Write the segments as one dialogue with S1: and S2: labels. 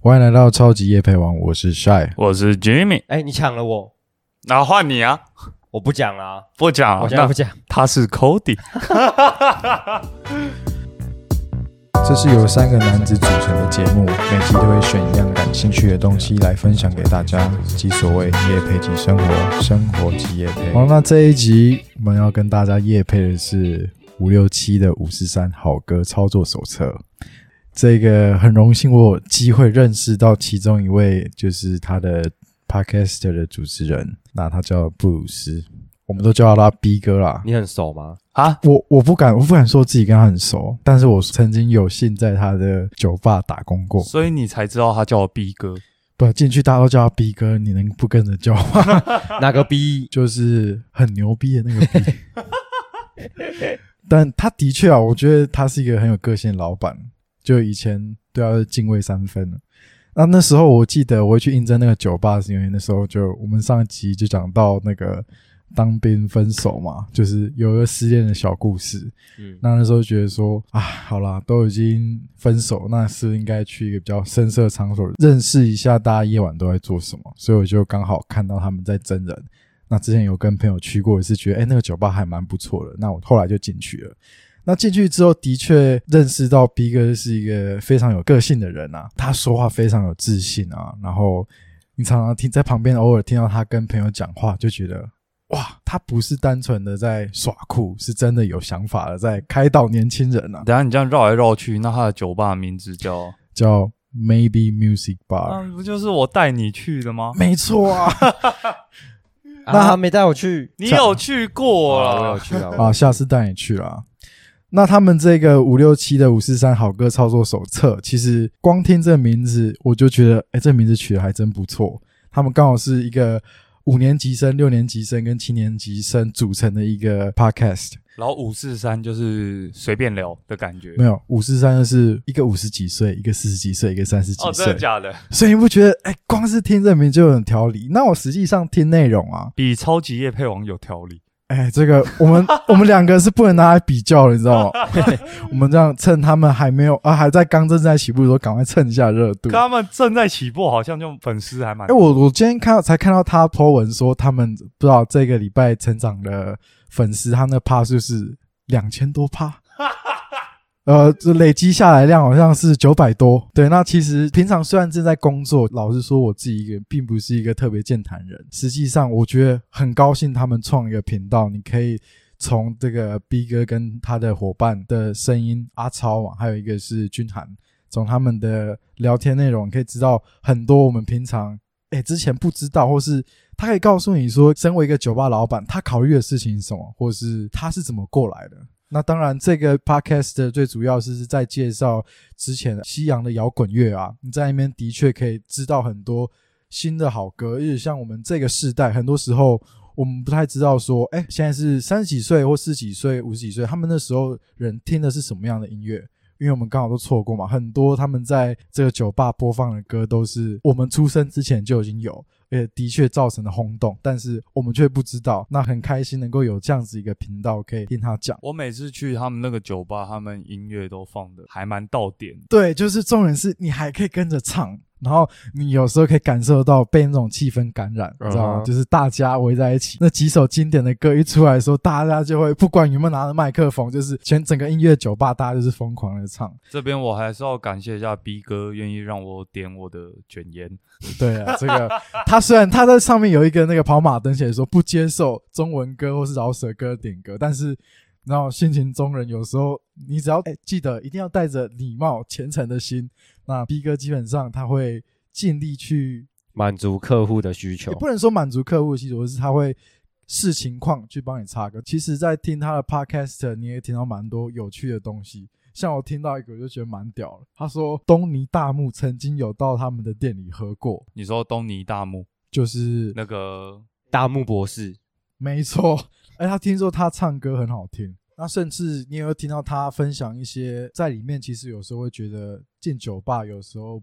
S1: 欢迎来到超级夜配王，我是 Shy。
S2: 我是 Jimmy，
S3: 哎、你抢了我，
S2: 然后换你啊，
S3: 我不讲了啊，
S2: 不讲了
S3: 我现在
S2: 那
S3: 不讲。
S2: 他是 Cody，
S1: 这是由三个男子组成的节目，每集都会选一样感兴趣的东西来分享给大家，即所谓夜配即生活，生活即夜配。好，那这一集我们要跟大家夜配的是五六七的五四三好歌操作手册。这个很荣幸，我有机会认识到其中一位，就是他的 podcaster 的主持人，那他叫布鲁斯，我们都叫他 B 哥啦。
S3: 你很熟吗？
S1: 我我不敢，我不敢说自己跟他很熟，但是我曾经有幸在他的酒吧打工过。
S2: 所以你才知道他叫我 B 哥。
S1: 不进去，大家都叫他 B 哥，你能不跟着叫吗？
S3: 哪个 B？
S1: 就是很牛逼的那个 B。但他的确啊，我觉得他是一个很有个性的老板，就以前对他是敬畏三分了。那那时候我记得我会去应征那个酒吧，是因为那时候就我们上一集就讲到那个当兵分手嘛，就是有一个失恋的小故事。
S3: 嗯，
S1: 那那时候觉得说啊，好啦，都已经分手，那是不是应该去一个比较深色场所，认识一下大家夜晚都在做什么。所以我就刚好看到他们在真人。那之前有跟朋友去过一次，觉得哎、诶那个酒吧还蛮不错的。那我后来就进去了。那进去之后，的确认识到 B 哥是一个非常有个性的人啊，他说话非常有自信啊。然后你常常听在旁边，偶尔听到他跟朋友讲话，就觉得哇，他不是单纯的在耍酷，是真的有想法的，在开导年轻人啊，
S2: 等一下你这样绕来绕去，那他的酒吧名字叫……
S1: 叫 Maybe Music Bar，、
S2: 啊，不就是我带你去的吗？
S1: 没错啊
S3: 那
S1: 那
S3: 啊他没带我去，
S2: 你有去过
S3: 啊我有
S2: 了？
S3: 去啊，
S1: 啊，下次带你去啦。那他们这个五六七的五四三好歌操作手册，其实光听这名字我就觉得，哎、这名字取得还真不错。他们刚好是一个五年级生、六年级生跟七年级生组成的一个 podcast，
S2: 然后五四三就是随便聊的感觉
S1: 没。有五四三就是一个五十几岁，一个四十几岁，一个三十几
S2: 哦，真
S1: 岁
S2: 的，假的？
S1: 所以你不觉得，哎、光是听这名就很条理？那我实际上听内容啊，
S2: 比超级夜配王有条理。
S1: 哎、这个我们我们两个是不能拿来比较的，你知道吗？ 我们这样趁他们还没有啊，还在刚正在起步的时候，赶快蹭一下热度
S2: 可。他们正在起步，好像就粉丝还
S1: 嗯
S2: 蛮……
S1: 哎、我我今天看到才看到他 po 文说，他们不知道这个礼拜成长的粉丝，他们的趴数是两千多趴，呃，这累积下来量好像是九百多。对，那其实平常虽然正在工作，老实说，我自己一个人并不是一个特别健谈人。实际上，我觉得很高兴他们创一个频道，你可以。从这个 B 哥跟他的伙伴的声音，阿超嘛，还有一个是君涵，从他们的聊天内容可以知道很多我们平常哎、之前不知道，或是他可以告诉你说，身为一个酒吧老板，他考虑的事情是什么，或是他是怎么过来的。那当然，这个 podcast 的最主要是在介绍之前西洋的摇滚乐啊，你在那边的确可以知道很多新的好歌，而且像我们这个世代，很多时候我们不太知道说，哎、现在是三十几岁或四十几岁、五十几岁，他们那时候人听的是什么样的音乐？因为我们刚好都错过嘛，很多他们在这个酒吧播放的歌都是我们出生之前就已经有，而且的确造成了轰动，但是我们却不知道。那很开心能够有这样子一个频道可以听他讲。
S2: 我每次去他们那个酒吧，他们音乐都放的还蛮到点的。
S1: 对，就是重点是你还可以跟着唱，然后你有时候可以感受到被那种气氛感染，你知道吗
S3: 嗯？哼
S1: 就是大家围在一起，那几首经典的歌一出来的时候，大家就会不管有没有拿着麦克风，就是全整个音乐酒吧大家就是疯狂的唱。
S2: 这边我还是要感谢一下 B 哥，愿意让我点我的卷烟。
S1: 对啊，这个他虽然他在上面有一个那个跑马灯写说不接受中文歌或是饶舌歌点歌，但是然后性情中人有时候你只要、哎记得一定要带着礼貌虔诚的心，那 B 哥基本上他会尽力去，
S3: 满足客户的需求
S1: 也。不能说满足客户的需求，而是他会。视情况去帮你插歌。其实，在听他的 podcast，你也听到蛮多有趣的东西。像我听到一个，我就觉得蛮屌了。他说，东尼大木曾经有到他们的店里喝过，
S2: 你说东尼大木
S1: 就是
S2: 那个
S3: 大木博士，
S1: 没错，哎，他听说他唱歌很好听，那甚至你也会听到他分享一些在里面，其实有时候会觉得进酒吧有时候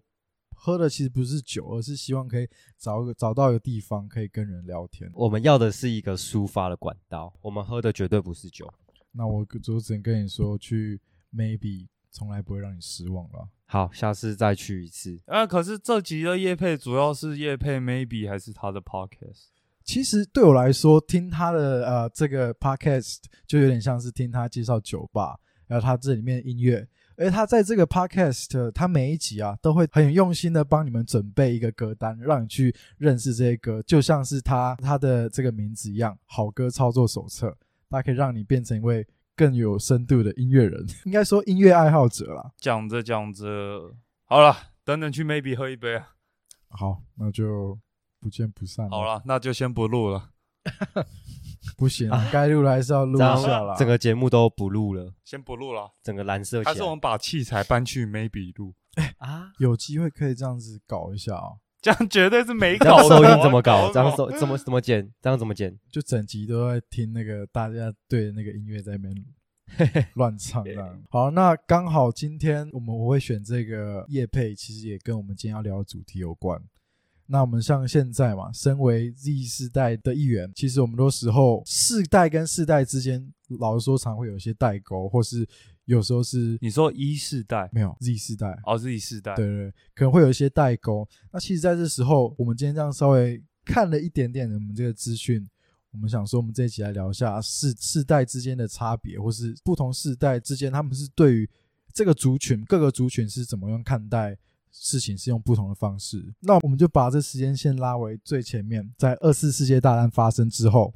S1: 喝的其实不是酒，而是希望可以找个找到一个地方可以跟人聊天。
S3: 我们要的是一个抒发的管道，我们喝的绝对不是酒。
S1: 那我就只能跟你说，去 maybe 从来不会让你失望了。
S3: 好，下次再去一次。
S2: 啊，可是这集的叶配主要是叶配 maybe 还是他的 podcast？
S1: 其实对我来说，听他的呃这个 podcast 就有点像是听他介绍酒吧，然后他这里面的音乐，而他在这个 podcast 他每一集啊都会很用心的帮你们准备一个歌单，让你去认识这些歌，就像是他他的这个名字一样，好歌操作手册，它可以让你变成一位更有深度的音乐人， 应该说音乐爱好者啦。
S2: 讲着讲着，好了，等等去 maybe 喝一杯啊。
S1: 好，那就不见不散。
S2: 好，了，那就先不录了，
S1: 不行，该录的还是要录一
S3: 这样
S1: 下啦。
S3: 整个节目都不录了，
S2: 先不录了。
S3: 整个蓝色起
S2: 还是我
S3: 来
S2: 们把器材搬去 maybe 录？
S3: 啊？
S1: 有机会可以这样子搞一下哦，
S2: 这样绝对是没
S3: 这
S2: 搞
S3: 样
S2: 头啊
S3: 收音怎么搞？
S2: 头啊
S3: 这样收怎么怎么剪？这样怎么剪？
S1: 就整集都在听那个大家对那个音乐在那边乱唱这样。好，那刚好今天我们我会选这个叶配，其实也跟我们今天要聊的主题有关。那我们像现在嘛，身为 Z 世代的一员，其实我们多时候世代跟世代之间，老实说常会有一些代沟，或是有时候是
S2: 你说一世代，
S1: 没有 Z 世代，
S2: 哦，是一世代，
S1: 对对，对可能会有一些代沟。那其实在这时候，我们今天这样稍微看了一点点我们这个资讯，我们想说，我们这一期来聊一下啊世世代之间的差别，或是不同世代之间他们是对于这个族群各个族群是怎么样看待。事情是用不同的方式，那我们就把这时间线拉为最前面，在二次世界大战发生之后，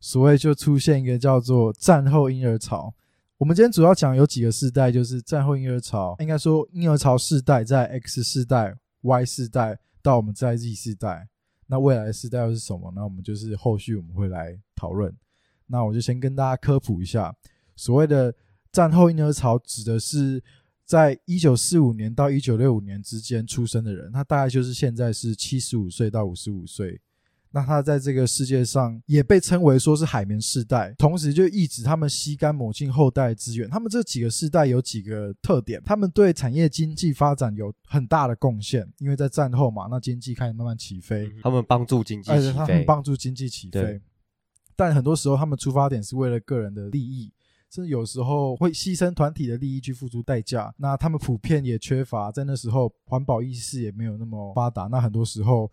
S1: 所谓就出现一个叫做战后婴儿潮，我们今天主要讲有几个世代，就是战后婴儿潮，应该说婴儿潮世代，在 X 世代、Y 世代到我们在 Z 世代，那未来的世代又是什么？那我们就是后续我们会来讨论。那我就先跟大家科普一下，所谓的战后婴儿潮指的是在一九四五年到一九六五年之间出生的人，他大概就是现在是七十五岁到五十五岁那他在这个世界上也被称为说是海绵世代，同时就一直他们吸干抹尽后代资源。他们这几个世代有几个特点，他们对产业经济发展有很大的贡献，因为在战后嘛，那经济开始慢慢起飞，
S2: 嗯
S3: 他们帮助经济
S1: 而且
S3: 起
S1: 他们
S3: 飞，
S1: 帮助经济起飞
S3: 对。
S1: 但很多时候，他们出发点是为了个人的利益，甚至有时候会牺牲团体的利益去付出代价。那他们普遍也缺乏，在那时候环保意识也没有那么发达。那很多时候，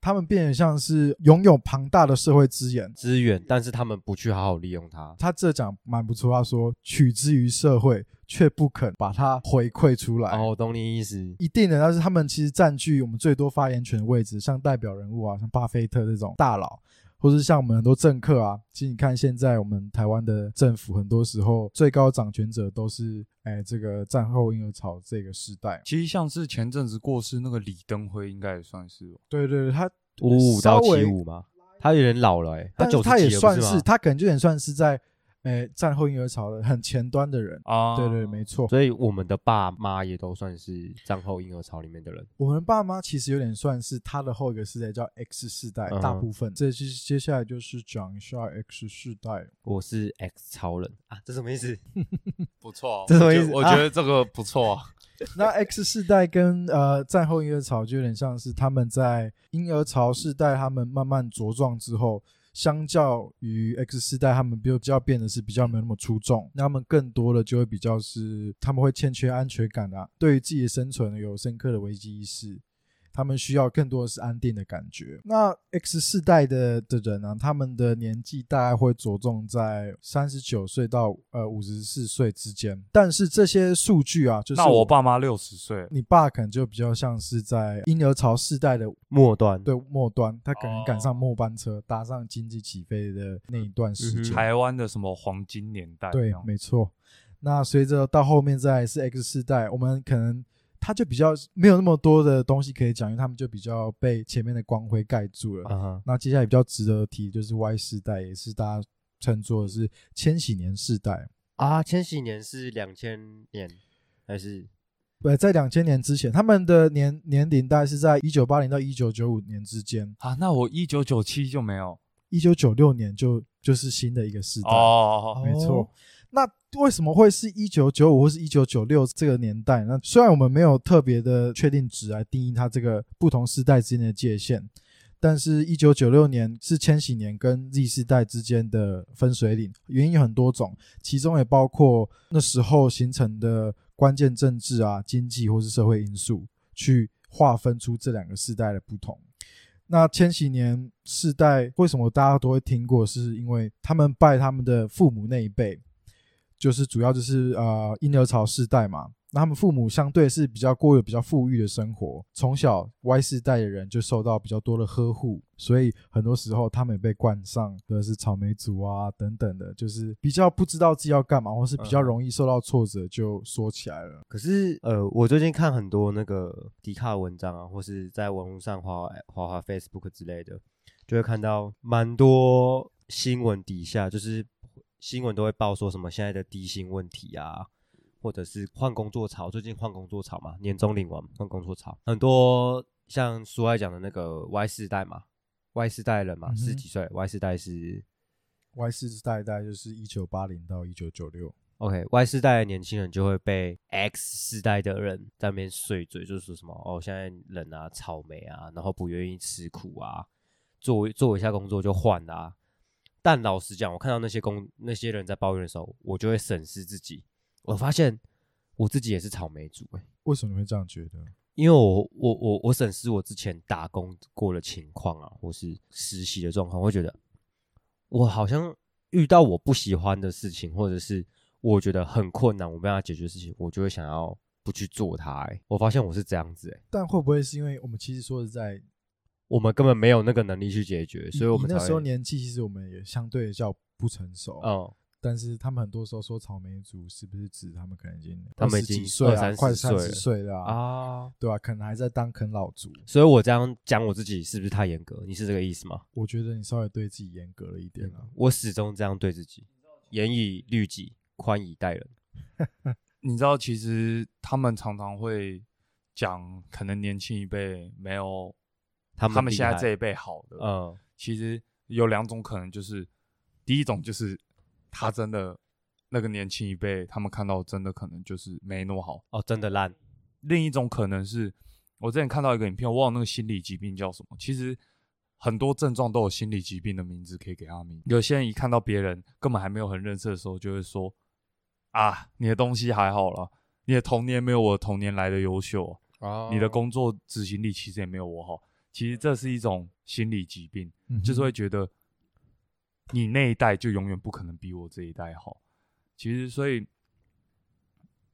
S1: 他们变得像是拥有庞大的社会资源。
S3: 资源，但是他们不去好好利用它。
S1: 他这讲蛮不错，他说取之于社会，却不肯把它回馈出来。
S3: 哦，我懂你意思。
S1: 一定的，但是他们其实占据我们最多发言权的位置，像代表人物啊，像巴菲特这种大佬，或是像我们很多政客啊。其实你看，现在我们台湾的政府，很多时候最高掌权者都是哎这个战后婴儿潮这个时代。
S2: 其实像是前阵子过世那个李登辉，应该也算是吧。
S1: 对对对，他
S3: 五五
S1: 稍
S3: 到
S1: 微
S3: 七五吗？他有点老了哎、欸，
S1: 但是
S3: 九
S1: 他也算
S3: 是
S1: 是，他可能就也算是在哎战后婴儿潮的很前端的人。
S2: 啊，
S1: 对对，没错。
S3: 所以我们的爸妈也都算是战后婴儿潮里面的人。
S1: 我们爸妈其实有点算是他的后一个世代，叫 X 世代，
S3: 嗯
S1: 大部分。这接接下来就是讲一下 X 世代。
S3: 我是 X 超人啊，这什么意思？
S2: 不错、哦
S3: 这什么
S2: 我觉
S3: 意思
S2: 我觉得这个不错、啊。
S1: 那 X 世代跟呃战后婴儿潮就有点像是他们在婴儿潮世代，他们慢慢茁壮之后，相较于 X 世代，他们比较变得是比较没有那么出众，那他们更多的就会比较是他们会欠缺安全感啊，对于自己的生存有深刻的危机意识。他们需要更多的是安定的感觉。那 X 世代的的人呢、他们的年纪大概会着重在三十九岁到呃五十四岁之间。但是这些数据啊，就是
S2: 那我爸妈六十岁，
S1: 你爸可能就比较像是在婴儿潮世代的
S3: 末端，
S1: 对末端，他可能赶上
S2: 哦
S1: 末班车，搭上经济起飞的那一段时
S3: 嗯
S1: 间。
S3: 哼
S2: 台湾的什么黄金年代这
S1: 对
S2: 样，，
S1: 没错。那随着到后面再来是 X 世代，我们可能他就比较没有那么多的东西可以讲，因为他们就比较被前面的光辉盖住了。
S3: 啊哈，
S1: 那接下来比较值得提就是 Y 世代，也是大家称作的是千禧年世代。
S3: 啊，千禧年是两千年还是
S1: 呃，在两千年之前，他们的年年龄大概是在一九八零到一九九五年之间。
S2: 啊，那我一九九七就没有
S1: 一九九六年就就是新的一个世代，
S2: 哦，
S1: 没错。那为什么会是一九九五或是一九九六这个年代？那虽然我们没有特别的确定值来定义它这个不同世代之间的界限，但是，一九九六年是千禧年跟 Z 世代之间的分水岭，原因有很多种，其中也包括那时候形成的关键政治啊、经济或是社会因素，去划分出这两个世代的不同。那千禧年世代为什么大家都会听过？是因为他们拜他们的父母那一辈，就是主要就是呃婴儿潮世代嘛。那他们父母相对是比较过有比较富裕的生活，从小 Y 世代的人就受到比较多的呵护，所以很多时候他们也被冠上的是草莓族啊等等的，就是比较不知道自己要干嘛，或是比较容易受到挫折就缩起来了。
S3: 可是呃，我最近看很多那个迪卡的文章啊，或是在网络上滑滑滑 Facebook 之类的，就会看到蛮多新闻底下，就是新闻都会报说什么现在的低薪问题啊，或者是换工作潮，最近换工作潮嘛，年终领完换工作潮，很多像苏爱讲的那个 Y 世代嘛，Y 世代人嘛，
S1: 嗯哼
S3: 十几岁 Y 世代是
S1: Y 世代大概就是一九八零到一九九六，
S3: OK，Y 世代的年轻人就会被 X 世代的人在那边碎嘴，就是说什么哦，现在人啊，草莓啊，然后不愿意吃苦啊，做做一下工作就换啦、但老实讲，我看到那些工那些人在抱怨的时候，我就会审视自己，我发现我自己也是草莓族欸诶、
S1: 为什么你会这样觉得？
S3: 因为我我我我审视我之前打工过的情况啊，或是实习的状况，会觉得我好像遇到我不喜欢的事情，或者是我觉得很困难，我没办法解决的事情，我就会想要不去做它、欸。我发现我是这样子、欸，
S1: 但会不会是因为我们其实说实在，
S3: 我们根本没有那个能力去解决，所以我们
S1: 你
S3: 才
S1: 那
S3: 会
S1: 时候年纪，其实我们也相对较不成熟。
S3: 嗯，
S1: 但是他们很多时候说草莓族，是不是指他们可能已经
S3: 他们
S1: 20
S3: 已经
S1: 几岁
S3: 二三
S1: 啊，
S3: 十
S1: 快
S3: 岁
S1: 三
S3: 了
S1: 十岁了啊，
S3: 啊，
S1: 对啊，可能还在当啃老族。
S3: 所以我这样讲我自己是不是太严格？你是这个意思吗？
S1: 我觉得你稍微对自己严格了一点啊。
S3: 我始终这样对自己，严以律己，宽以待人。
S2: 你知道，其实他们常常会讲，可能年轻一辈没有
S3: 他们厉
S2: 现在
S3: 害
S2: 这一辈好的，
S3: 嗯，
S2: 其实有两种可能，就是第一种就是他真的那个年轻一辈，他们看到真的可能就是没那么好；
S3: 哦，真的烂。
S2: 另一种可能是我之前看到一个影片，我忘了那个心理疾病叫什么，其实。很多症状都有心理疾病的名字可以给他名。有些人一看到别人根本还没有很认识的时候，就会说：“啊，你的东西还好啦，你的童年没有我的童年来的优秀啊、
S3: 哦
S2: 你的工作执行力其实也没有我好。”其实这是一种心理疾病。
S1: 嗯哼
S2: 就是会觉得你那一代就永远不可能比我这一代好。其实，所以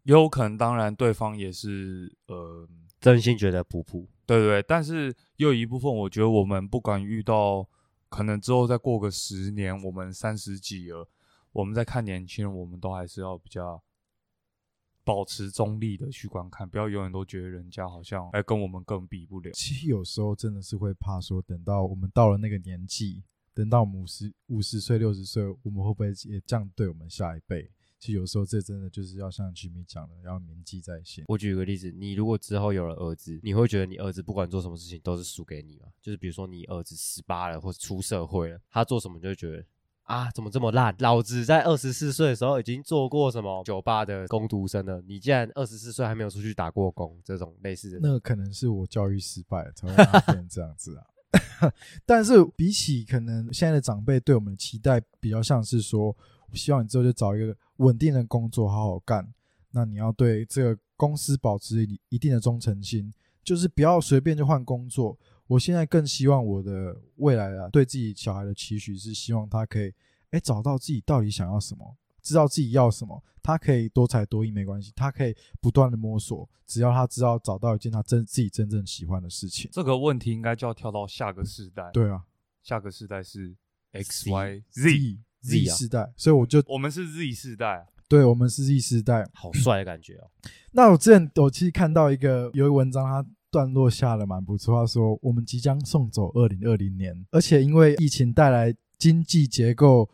S2: 也有可能，当然对方也是呃，
S3: 真心觉得普普，
S2: 对对对，但是又有一部分，我觉得我们不管遇到可能之后再过个十年，我们三十几了，我们再看年轻人，我们都还是要比较。保持中立的去观看，不要永远都觉得人家好像哎、跟我们更比不了。
S1: 其实有时候真的是会怕说，等到我们到了那个年纪，等到我们五十五十岁、六十岁，我们会不会也这样对我们下一辈？其实有时候这真的就是要像 Jimmy 讲的，要铭记在心。
S3: 我举个例子，你如果之后有了儿子，你会觉得你儿子不管做什么事情都是输给你吗？就是比如说你儿子十八了或者出社会了，他做什么你就会觉得啊，怎么这么烂？老子在二十四岁的时候已经做过什么酒吧的工读生了，你竟然二十四岁还没有出去打过工，这种类似的。
S1: 那可能是我教育失败才会让他变成这样子啊。 但是比起可能现在的长辈对我们的期待，比较像是说，希望你之后就找一个稳定的工作好好干。那你要对这个公司保持一一定的忠诚心，就是不要随便就换工作。我现在更希望我的未来啊，对自己小孩的期许是希望他可以，哎，找到自己到底想要什么，知道自己要什么，他可以多才多艺没关系，他可以不断的摸索，只要他知道找到一件他真自己真正喜欢的事情。
S2: 这个问题应该就要跳到下个世代。，
S1: 对啊
S2: 下个世代是 X
S3: Z
S2: Y Z，
S1: Z
S3: Z 啊
S1: 世代，所以我就
S2: 我们是 Z 世代，啊
S1: 对我们是 Z 世代。
S3: 好帅的感觉哦！
S1: 那我之前我其实看到一个有一个文章，它段落下的蛮不错，他说我们即将送走二零二零年，而且因为疫情带来经济结构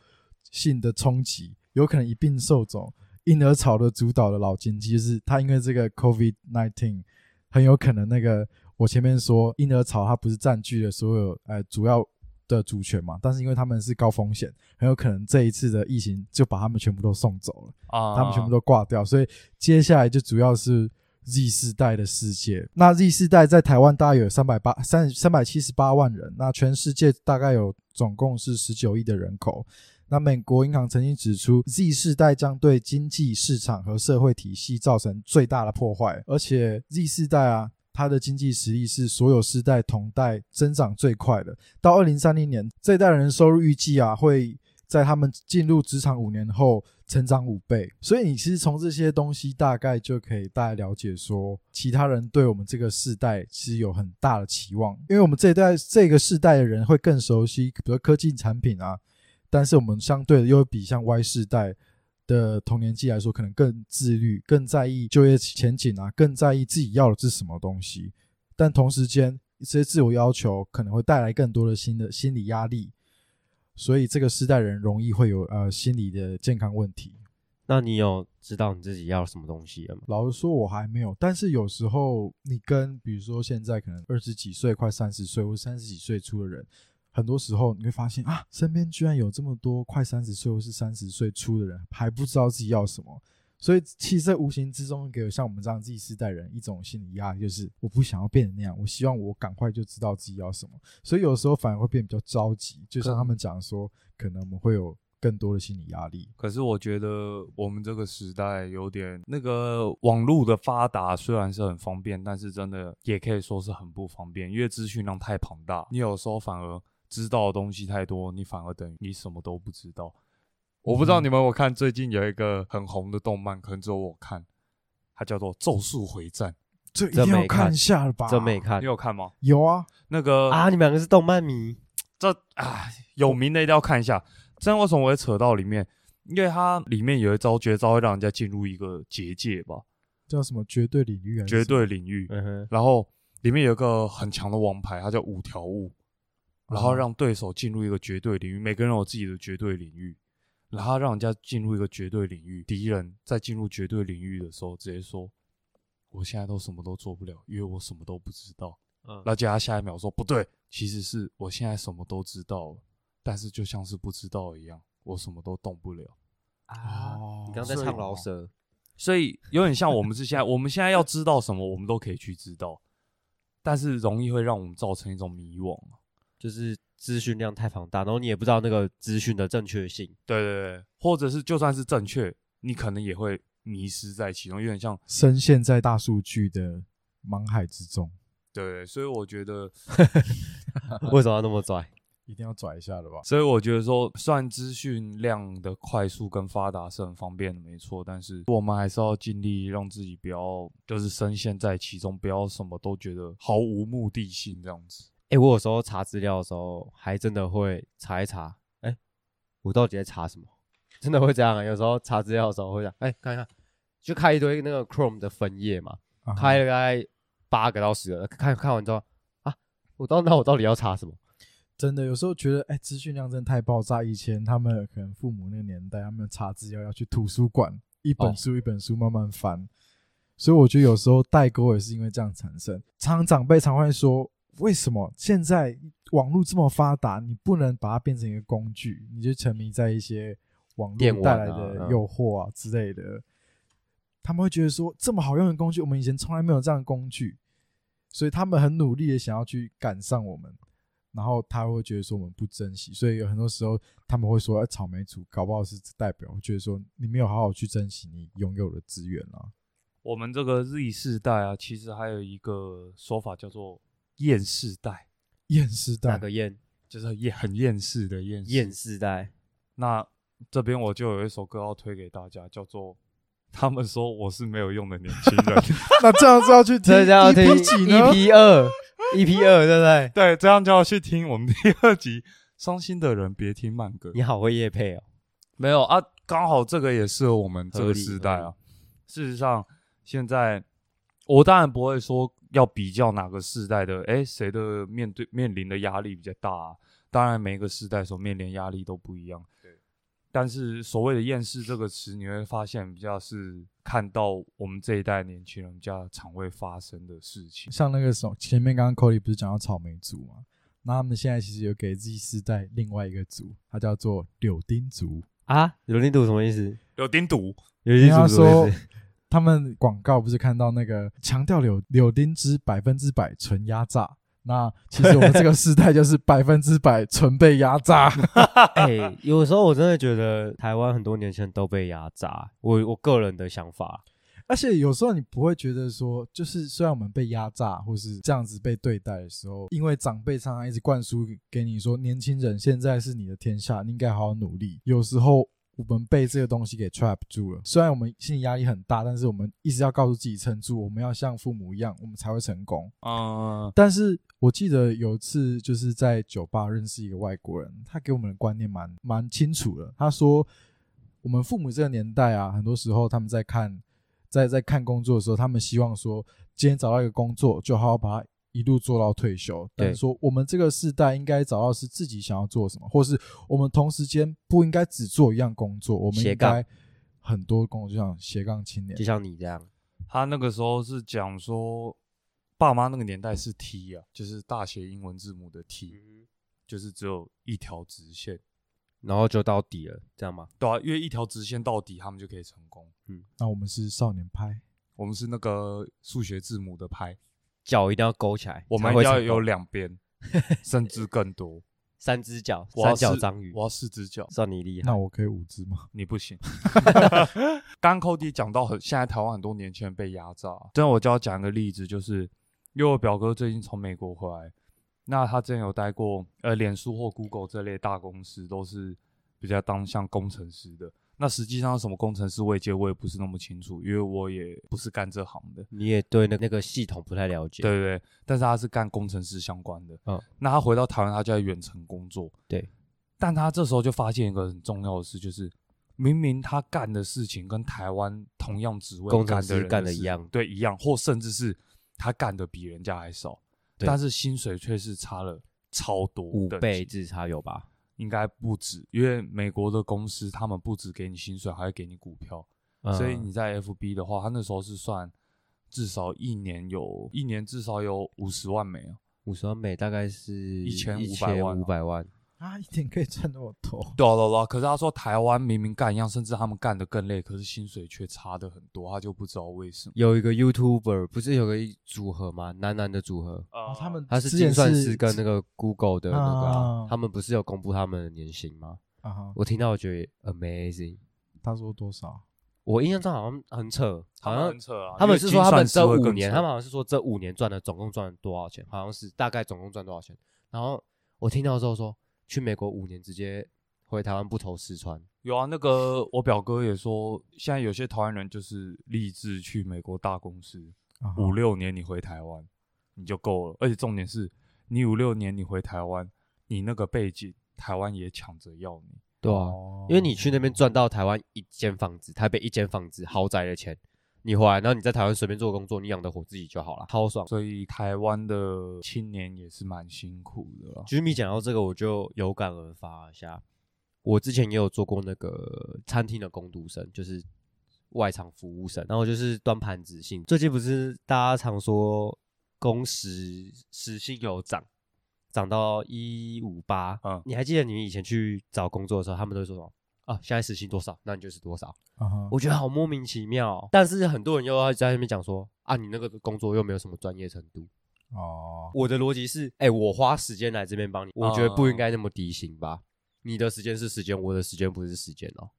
S1: 性的冲击，有可能一并受走婴儿潮的主导的老经济，就是它因为这个 COVID nineteen 很有可能那个我前面说婴儿潮它不是占据了所有呃主要。的主权嘛，但是因为他们是高风险，很有可能这一次的疫情就把他们全部都送走了。
S2: 啊，
S1: 他们全部都挂掉，所以接下来就主要是 Z 世代的世界。那 Z 世代在台湾大约有三百八三三百七十八万人，那全世界大概有总共是十九亿的人口。那美国银行曾经指出，Z 世代将对经济市场和社会体系造成最大的破坏，而且 Z 世代啊，它的经济实力是所有世代同代增长最快的。到二零三零年，这一代人收入预计啊会在他们进入职场五年后成长五倍。所以你其实从这些东西大概就可以大概了解说，其他人对我们这个世代其实有很大的期望，因为我们这一代这个世代的人会更熟悉，比如科技产品啊。但是我们相对的又比像 Y 世代的同年纪来说，可能更自律，更在意就业前景啊，更在意自己要的是什么东西。但同时间，这些自我要求可能会带来更多的新的心理压力，所以这个世代人容易会有呃心理的健康问题。
S3: 那你有知道你自己要什么东西了吗？
S1: 老实说，我还没有。但是有时候你跟比如说现在可能二十几岁、快三十岁或三十几岁出的人，很多时候你会发现啊，身边居然有这么多快三十岁或是三十岁出的人，还不知道自己要什么。所以其实这无形之中给像我们这样自己世代人一种心理压力，就是我不想要变成那样，我希望我赶快就知道自己要什么。所以有时候反而会变比较着急，就像他
S3: 嗯
S1: 们讲说，可能我们会有更多的心理压力。
S2: 可是我觉得我们这个时代有点那个网络的发达，虽然是很方便，但是真的也可以说是很不方便，因为资讯量太庞大，你有时候反而知道的东西太多，你反而等于你什么都不知道。我不知道你们有没有看最近有一个很红的动漫，可能只有我看，它叫做《咒术回战
S1: 这一
S3: 这
S1: 定要
S3: 没看
S1: 看一下了吧？
S3: 真没》，看
S2: 你有看吗？
S1: 有啊，
S2: 那个
S3: 啊！你们两个是动漫迷，
S2: 这啊，有名的一定要看一下。这样为什么我会扯到里面？因为它里面有一招绝招会让人家进入一个结界吧，
S1: 叫什么绝对领域还是
S2: 绝
S1: 什么
S2: 对领域。
S3: 嗯哼，
S2: 然后里面有一个很强的王牌，它叫五条悟，然后
S1: 哦
S2: 让对手进入一个绝对领域，每个人有自己的绝对领域，然后让人家进入一个绝对领域，敌人在进入绝对领域的时候，直接说：“我现在都什么都做不了，因为我什么都不知道。”
S3: 嗯
S2: 那接他下一秒说不对，其实是我现在什么都知道了，但是就像是不知道一样，我什么都动不了。
S3: 啊，
S1: 哦
S3: 你刚才
S2: 所以
S3: 唱饶舌，
S2: 所以有点像我们是现在， 我们现在要知道什么，我们都可以去知道，但是容易会让我们造成一种迷惘。啊
S3: 就是资讯量太庞大，然后你也不知道那个资讯的正确 性。
S2: 对对对，或者是就算是正确，你可能也会迷失在其中，有点像
S1: 深陷在大数据的茫海之中，
S2: 对对。所以我觉得，
S3: 为什么要那么拽？
S1: 一定要拽一下的吧？
S2: 所以我觉得说，虽然资讯量的快速跟发达是很方便的，没错，但是我们还是要尽力让自己不要就是深陷在其中，不要什么都觉得毫无目的性这样子。
S3: 哎、我有时候查资料的时候，还真的会查一查，哎、我到底在查什么？ 真的会这样、啊，有时候查资料的时候会想，哎、看一看，就开一堆那个 Chrome 的分页嘛，
S1: 啊哈
S3: 开了大概八个到十个，看看完之后啊，我到那我到底要查什么？
S1: 真的有时候觉得，哎、资讯量真的太爆炸。以前他们可能父母那个年代，他们查资料要去图书馆，一
S3: 哦
S1: 本书一本书慢慢翻。所以我觉得有时候代沟也是因为这样产生。常长辈常会说，为什么现在网络这么发达，你不能把它变成一个工具，你就沉迷在一些网
S3: 电
S1: 络
S3: 玩
S1: 带来
S3: 啊
S1: 的
S3: 嗯
S1: 诱惑啊之类的。他们会觉得说，这么好用的工具，我们以前从来没有这样的工具，所以他们很努力的想要去赶上我们。然后他会觉得说我们不珍惜，所以有很多时候他们会说，哎、草莓族搞不好是代表，觉得说你没有好好去珍惜你拥有的资源啊。
S2: 我们这个 Z 世代啊，其实还有一个说法叫做厌世代，
S1: 厌世
S3: 哪
S1: 代
S3: 个厌
S2: 就是厌很厌世的厌世
S3: 厌世代？
S2: 那这边我就有一首歌要推给大家，叫做《他们说我是没有用的年轻人》。
S1: 那这样是 要去听
S3: 这叫听
S1: EP 几呢？
S3: EP 二，EP 二对不对？
S2: 对，这样就要去听我们第二集《伤心的人别听慢歌》。
S3: 你好会夜配哦，
S2: 没有啊，刚好这个也适合我们这
S3: 合
S2: 个
S3: 理
S2: 时代啊。事实上，现在我当然不会说要比较哪个世代的，诶，谁的面对面临的压力比较大、啊。当然，每一个世代所面临压力都不一样。对，但是所谓的厌世这个词，你会发现比较是看到我们这一代年轻人比较常会发生的事情。
S1: 像那个什么，前面刚刚 Cody 不是讲到草莓族嘛？那他们现在其实有给 Z 世代另外一个族，它叫做柳丁族。
S3: 啊，柳丁毒什么意思？
S2: 有点赌，
S3: 柳
S1: 因为
S3: 丁
S1: 他
S3: 毒什么
S1: 说
S3: 意思？
S1: 他们广告不是看到那个强调柳柳丁汁百分之百纯压榨，那其实我们这个时代就是百分之百纯被压榨。
S3: 哎、有时候我真的觉得台湾很多年轻人都被压榨，我我个人的想法，
S1: 而且有时候你不会觉得说，就是虽然我们被压榨或是这样子被对待的时候，因为长辈常常一直灌输给你说，年轻人现在是你的天下，你应该好好努力。有时候我们被这个东西给 trap 住了，虽然我们心理压力很大，但是我们一直要告诉自己撑住，我们要像父母一样，我们才会成功。
S3: 呃
S2: 嗯，
S1: 但是我记得有一次就是在酒吧认识一个外国人，他给我们的观念蛮蛮清楚的。他说，我们父母这个年代啊，很多时候他们在看在在看工作的时候，他们希望说今天找到一个工作，就好好把它一路做到退休。
S3: 对
S1: 但是说我们这个世代应该找到是自己想要做什么，或是我们同时间不应该只做一样工作，我们
S3: 斜
S1: 应
S3: 杠
S1: 该很多工作，就像斜杠青年
S3: 就。像你这样，
S2: 他那个时候是讲说，爸妈那个年代是 T 啊，就是大写英文字母的
S3: 嗯
S2: T，就是只有一条直线，
S3: 然后就到底了，这样吗？
S2: 对啊，因为一条直线到底，他们就可以成功。
S1: 那我们是少年派，
S2: 我们是那个数学字母的派，
S3: 脚一定要勾起来，
S2: 我们
S3: 才会
S2: 要
S3: 成功
S2: 有两边，甚至更多。
S3: 三只脚，
S2: 我要
S3: 三角
S2: 四
S3: 章鱼
S2: 我，要四只脚，
S3: 算你厉害
S1: 那。我可以五支吗？
S2: 你不行。 刚 Cody 讲到很，现在台湾很多年轻人被压榨，真的我就要讲一个例子，就是因为我表哥最近从美国回来，那他之前有待过呃脸书或 Google 这类大公司，都是比较当像工程师的。那实际上是什么工程师位阶我也不是那么清楚，因为我也不是干这行的。
S3: 你也对那那个系统不太了解，
S2: 对对对，但是他是干工程师相关的。
S3: 嗯
S2: 那他回到台湾，他就在远程工作。
S3: 对，
S2: 但他这时候就发现一个很重要的事，就是明明他干的事情跟台湾同样职位
S3: 工程
S2: 干
S3: 师
S2: 的人
S3: 干
S2: 的
S3: 的
S2: 事
S3: 一样
S2: 对一样，或甚至是他干的比人家还少，
S3: 对
S2: 但是薪水却是差了超多
S3: 五
S2: 等
S3: 倍
S2: 级，
S3: 至差有吧？
S2: 应该不止，因为美国的公司他们不止给你薪水，还会给你股票。
S3: 嗯
S2: 所以你在 FB 的话，他那时候是算至少一年有一年至少有五十万美啊。
S3: 五十万美大概是一
S2: 1500万
S3: 五百万，
S1: 啊，一点可以赚那么多。
S2: 对啊对啊对啊，可是他说台湾明明干一样，甚至他们干的更累，可是薪水却差的很多，他就不知道为什么。
S3: 有一个 YouTuber 不是有个一组合吗？男男的组合，
S1: 哦
S2: 啊
S1: 他们
S3: 他是
S1: 之
S3: 精
S1: 前
S3: 算
S1: 是
S3: 师跟那个 Google 的那个啊、
S1: 啊
S3: 他们不是有公布他们的年薪吗？
S1: 啊哈，
S3: 我听到我觉得 amazing，
S1: 他说多少？
S3: 我印象中好像很扯，好像
S2: 扯啊
S3: 他们是说他们这五年，他们好像是说这五年赚了总共赚了多少钱，好像是大概总共赚多少钱。然后我听到之后说，去美国五年直接回台湾不愁吃穿，
S2: 有啊。那个我表哥也说，现在有些台湾人就是立志去美国大公司，
S1: 啊哈
S2: 五六年你回台湾你就够了，而且重点是你五六年你回台湾，你那个背景台湾也抢着要你。
S3: 对啊，
S1: 哦
S3: 因为你去那边赚到台湾一间房子，台北一间房子豪宅的钱，你回来，然后你在台湾随便做工作，你养得活自己就好了，超爽。
S2: 所以台湾的青年也是蛮辛苦的啊啦。
S3: Jimmy 讲到这个，我就有感而发一下。我之前也有做过那个餐厅的工读生，就是外场服务生，然后就是端盘子性。最近不是大家常说工时时薪有涨，涨到一五八。
S2: 嗯
S3: 你还记得你以前去找工作的时候，他们都会说什么？啊，现在时薪多少，那你就是多少。
S1: 啊哈，
S3: 我觉得好莫名其妙哦、但是很多人又要在那边讲说，啊，你那个工作又没有什么专业程度。
S1: 哦，
S3: 我的逻辑是，嗯哎、我花时间来这边帮你，我觉得不应该那么低薪吧？你的时间是时间，我的时间不是时间哦。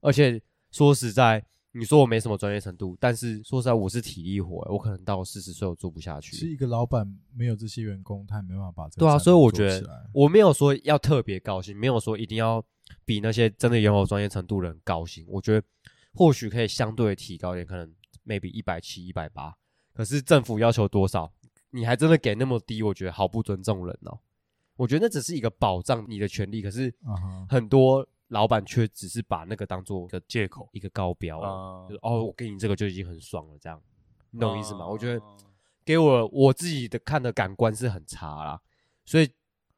S3: 而且说实在，你说我没什么专业程度，但是说实在，我是体力活、欸我可能到四十岁我做不下
S1: 是
S3: 去。
S1: 一个老板没有这些员工，他也没办法把这个
S3: 对啊，
S1: 产品
S3: 所以我
S1: 做
S3: 觉
S1: 起
S3: 得
S1: 来
S3: 我没有说要特别高薪，没有说一定要比那些真的拥有专业程度的人高薪。我觉得或许可以相对提高一点，可能 maybe 一百七、一百八。可是政府要求多少，你还真的给那么低，我觉得好不尊重人哦。我觉得那只是一个保障你的权利，可是
S1: 啊哈，
S3: 很多老板却只是把那个当做
S2: 的借口，
S3: 一个高标、
S2: 啊
S3: 就是哦，我给你这个就已经很爽了，这样，你懂我意思吗？我觉得
S2: 嗯
S3: 给我我自己的看的感官是很差啦，所以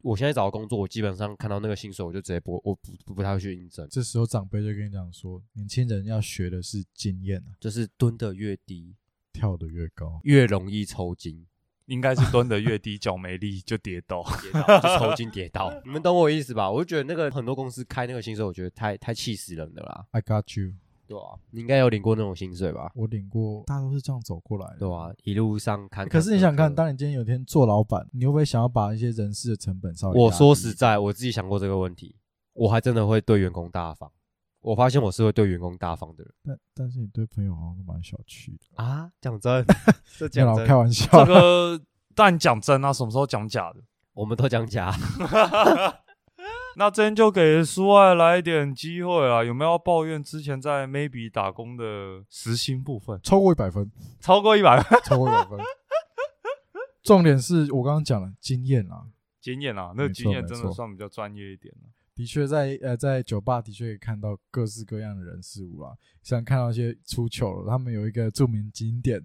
S3: 我现在找的工作，我基本上看到那个薪水，我就直接不，我不不不太会去应征，
S1: 这时候长辈就跟你讲说，年轻人要学的是经验啊，
S3: 就是蹲的越低，
S1: 跳得越高。
S3: 越容易抽筋，
S2: 应该是蹲得越低，脚没力就跌倒。
S3: 跌 倒就抽筋跌倒，你们懂我意思吧？我就觉得那个很多公司开那个薪水，我觉得太太气死人的啦。
S1: I got you，
S3: 对啊，你应该有领过那种薪水吧？
S1: 我领过，大家都是这样走过来的。
S3: 对啊，一路上看。
S1: 可是你想看，当你今天有一天做老板，你会不会想要把一些人事的成本稍微？
S3: 我说实，在，我自己想过这个问题，我还真的会对员工大方。我发现我是会对员工大方的人
S1: 但但是你对朋友好像都蛮小气的。
S3: 啊！讲 真，这
S1: 没有
S3: 讲
S1: 啦我
S3: 真
S1: 开，玩笑。
S2: 这个 但讲真啊，什么时候讲假的？
S3: 我们都讲假。
S2: 那今天就给苏爱来一点机会啊！有没有要抱怨之前在 Maybe 打工的时薪部分
S1: 超过一百分，
S2: 超过一百
S1: 超过一百分。重点是我刚刚讲了经验啊，
S2: 经验啊？那个
S1: 没错
S2: 经验真
S1: 没
S2: 的
S1: 错
S2: 算比较专业一点啊了、
S1: 的确在呃在酒吧的确可以看到各式各样的人事物啊，像看到一些出糗了，他们有一个著名景点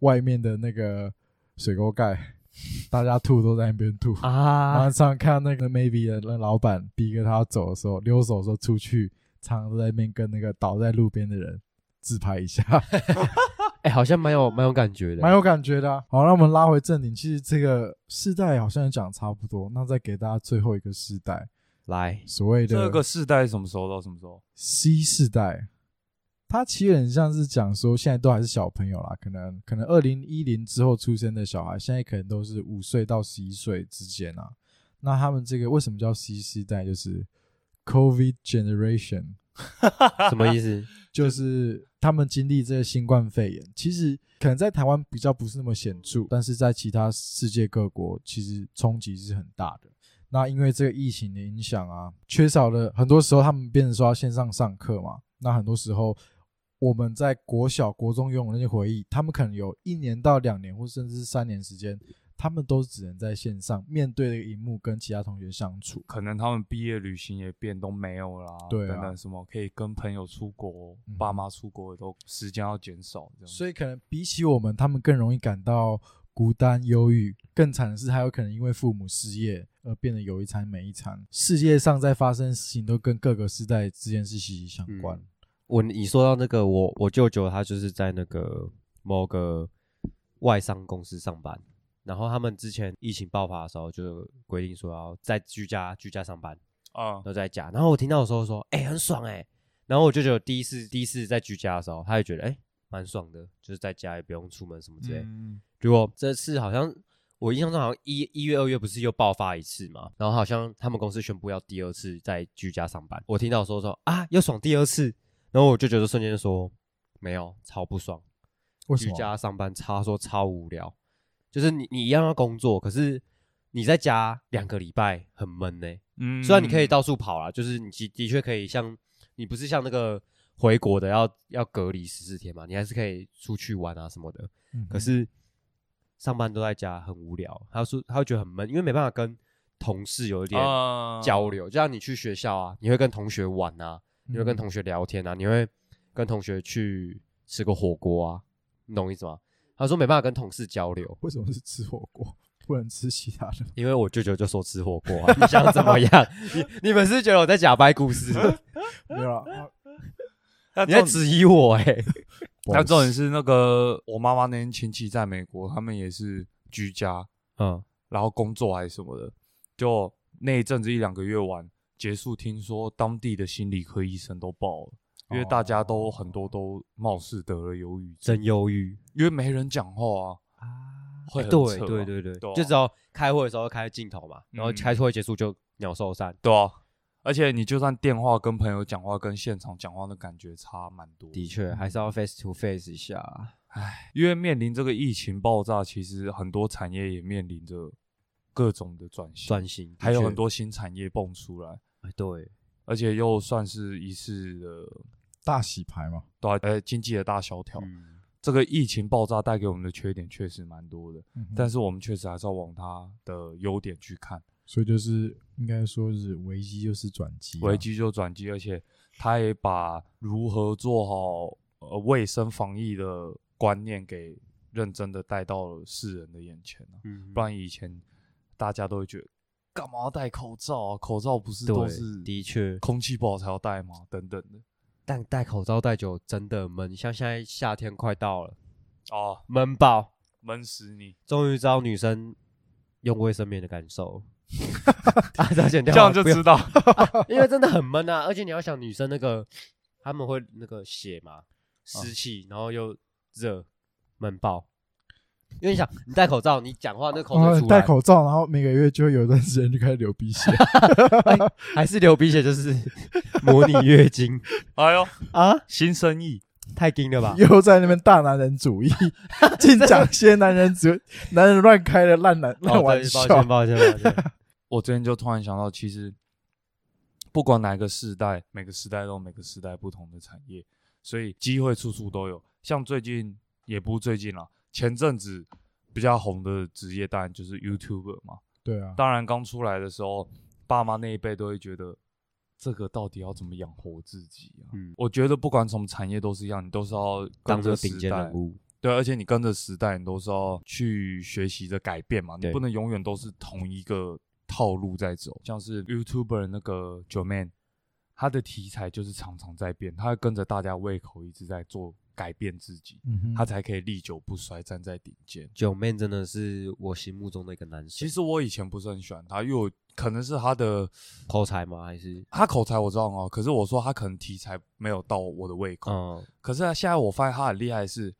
S1: 外面的那个水沟盖，大家吐都在那边吐。然后
S3: 啊，
S1: 常常看到那个 maybe 的那老板逼哥他要走的时候，溜手说出去，常常都在那边跟那个倒在路边的人自拍一下，
S3: 哎、好像蛮有蛮有感觉的，
S1: 蛮有感觉的啊、好，那我们拉回正题，其实这个世代好像也讲差不多，那再给大家最后一个世代，
S3: 来
S1: 所谓的
S2: 这个世代什么时候到什么时候？
S1: C 世代，它其实很像是讲说，现在都还是小朋友啦，可能可能二零一零之后出生的小孩，现在可能都是五岁到十一岁之间啊。那他们这个为什么叫 C 世代？就是 COVID generation，
S3: 什么 意思？
S1: 就是他们经历这个新冠肺炎，其实可能在台湾比较不是那么显著，但是在其他世界各国其实冲击是很大的。那因为这个疫情的影响啊，缺少了很多时候他们变成说要线上上课嘛，那很多时候我们在国小、国中拥有那些回忆，他们可能有一年到两年，或甚至是三年时间，他们都只能在线上面对着荧幕跟其他同学相处。
S2: 可能他们毕业旅行也变都没有啦，
S1: 对啊
S2: 等等什么可以跟朋友出国、
S1: 嗯
S2: 爸妈出国也都时间要减少，这样
S1: 所以可能比起我们，他们更容易感到孤单、忧郁。更惨的是，还有可能因为父母失业而变得有一餐没一餐。世界上在发生的事情都跟各个时代之间是息息相关。
S3: 嗯我你说到那个，我我舅舅他就是在那个某个外商公司上班，然后他们之前疫情爆发的时候就规定说要在居家居家上班，
S2: 啊
S1: 哦
S3: 然，后在家，然后我听到的时候说，哎、很爽哎、然后我舅舅第一次第一次在居家的时候，他也觉得哎、蛮爽的，就是在家也不用出门什么之类。
S2: 嗯，
S3: 结果这次好像我印象中好像一一月二月不是又爆发一次嘛，然后好像他们公司宣布要第二次在居家上班，我听到说说啊又爽第二次，然后我就觉得瞬间就说没有超不爽，
S1: 为什
S3: 居
S1: 么？啊
S3: 家上班超说超无聊，就是你你一样要工作，可是你在家两个礼拜很闷呢、
S2: 嗯
S3: 虽然你可以到处跑啦，就是你的的确可以像你不是像那个回国的要要隔离十四天嘛，你还是可以出去玩啊什么的。
S1: 嗯哼
S3: 可是上班都在家很无聊，他说他会觉得很闷，因为没办法跟同事有一点
S2: 啊
S3: 交流。就像你去学校啊，你会跟同学玩啊，你
S1: 嗯
S3: 会跟同学聊天啊，你会跟同学去吃个火锅啊，你懂我意思吗？他说没办法跟同事交流，
S1: 为什么是吃火锅，不能吃其他的？
S3: 因为我舅舅就说吃火锅、啊， 你想怎 么样？你你们是觉得我在假掰故事？
S1: 没有啦，
S2: 那
S3: 你在
S2: 重
S3: 质疑我哎、
S1: 不好
S2: 那
S1: 意思
S2: 重点是那个我妈妈那天亲戚在美国，他们也是居家，
S3: 嗯，
S2: 然后工作还是什么的，就那一阵子一两个月完结束，听说当地的心理科医生都爆了，因为大家都很多都貌似得了忧郁症，
S3: 哦真忧郁
S2: 因为没人讲话啊，
S3: 啊
S2: 会很
S3: 对
S2: 扯
S3: 对
S2: 啊
S3: 对对，
S2: 对啊
S3: 就只有开会的时候开镜头嘛，然后
S2: 嗯
S3: 开会结束就鸟兽散，
S2: 对啊，而且你就算电话跟朋友讲话，跟现场讲话的感觉差蛮多，
S3: 的确还是要 face to face 一下。
S2: 因为面临这个疫情爆炸，其实很多产业也面临着各种的转型，
S3: 转型的
S2: 还有
S3: 确
S2: 很多新产业蹦出来。
S3: 哎对，
S2: 而且又算是一次的
S1: 大洗牌嘛。
S2: 对啊呃经济的大萧条。
S3: 嗯，
S2: 这个疫情爆炸带给我们的缺点确实蛮多的，
S1: 嗯哼
S2: 但是我们确实还是要往它的优点去看。
S1: 所以就是应该说是危机就是转机啊、
S2: 危机就转机，而且它也把如何做好呃卫生防疫的观念给认真的带到了世人的眼前、啊、
S3: 嗯
S2: 不然以前大家都会觉得干嘛要戴口罩啊？口罩不是都是
S3: 对，的确，
S2: 空气不好才要戴吗？等等的
S3: 但戴口罩戴久真的闷，像现在夏天快到了，
S2: 哦，
S3: 闷爆，
S2: 闷死你！
S3: 终于知道女生用卫生棉的感 受。啊，这要剪掉
S2: 这
S3: 啊，
S2: 样就
S3: 不要
S2: 知道。
S3: 因为真的很闷啊，而且你要想女生那个他们会那个血嘛，
S2: 啊
S3: 湿气，然后又热，闷爆。因为你想，你戴口罩，你讲话那口
S1: 然后你
S3: 水出
S1: 哦
S2: 哦
S1: 戴
S3: 来，
S1: 口罩，然后每个月就会有一段时间就开始流鼻血，
S3: 还是流鼻血，就是模拟月经
S2: 哎呦，
S3: 啊，
S2: 新生意，
S3: 太硬了吧？
S1: 又在那边大男人主 义，尽讲些男人主男人乱开的烂男
S3: 哦
S1: 烂玩
S3: 对
S1: 笑。
S3: 抱歉，抱歉，抱歉。
S2: 我之前就突然想到，其实不管哪个世代，每个时代都有每个时代不同的产业，所以机会处处都有。像最近也不是最近啦，前阵子比较红的职业当然就是 YouTuber 嘛。
S1: 对啊，
S2: 当然刚出来的时候，爸妈那一辈都会觉得这个到底要怎么养活自己啊？
S3: 嗯
S2: 我觉得不管什么产业都是一样，你都是要跟
S3: 当
S2: 着
S3: 做
S2: 时
S3: 顶尖
S2: 代
S3: 人物，
S2: 对，啊而且你跟着时代，你都是要去学习着改变嘛，你
S3: 对
S2: 不能永远都是同一个套路在走。像是 YouTuber 那个 Joman，他的题材就是常常在变，他会跟着大家胃口一直在做改变自己，
S1: 嗯哼
S2: 他才可以历久不衰，站在顶尖。
S3: 九妹真的是我心目中的一个男神。
S2: 其实我以前不是很喜欢他，因为我可能是他的
S3: 口才吗？还是
S2: 他口才我知道哦，可是我说他可能题材没有到我的胃口。
S3: 嗯
S2: 可是啊现在我发现他很厉害的是，